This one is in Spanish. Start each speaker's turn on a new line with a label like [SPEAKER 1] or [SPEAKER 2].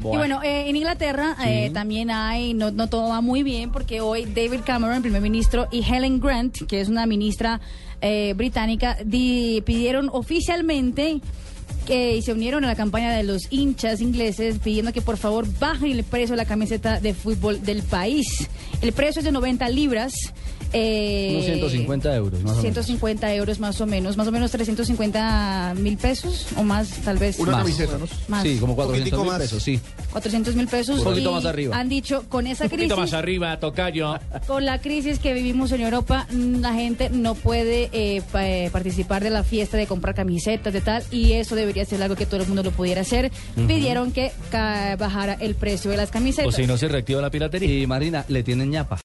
[SPEAKER 1] Y bueno, eh, en Inglaterra eh, también hay, no, no todo va muy bien porque hoy David Cameron, primer ministro, y Helen Grant, que es una ministra eh, británica, di- pidieron oficialmente que y se unieron a la campaña de los hinchas ingleses pidiendo que por favor bajen el precio de la camiseta de fútbol del país. El precio es de 90 libras. eh,
[SPEAKER 2] Unos 150 euros, más o menos.
[SPEAKER 1] 150 euros más o menos, más o menos 350 mil pesos o más, tal vez.
[SPEAKER 3] Una
[SPEAKER 1] más.
[SPEAKER 3] camiseta, ¿no?
[SPEAKER 1] Más.
[SPEAKER 2] Sí, como 400
[SPEAKER 3] Poquitico
[SPEAKER 2] mil
[SPEAKER 3] más.
[SPEAKER 2] pesos, sí.
[SPEAKER 1] 400 mil pesos.
[SPEAKER 2] Un poquito
[SPEAKER 1] y
[SPEAKER 2] más arriba.
[SPEAKER 1] Han dicho, con esa
[SPEAKER 4] Un poquito más
[SPEAKER 1] crisis,
[SPEAKER 4] arriba, Tocayo.
[SPEAKER 1] con la crisis que vivimos en Europa, mm, la gente no puede eh, pa- eh, participar de la fiesta de comprar camisetas de tal, y eso debería ser algo que todo el mundo lo pudiera hacer. Pidieron que ca- bajara el precio de las camisetas.
[SPEAKER 4] Pues O si no se reactiva la piratería.
[SPEAKER 2] Y Marina, le tienen ñapa.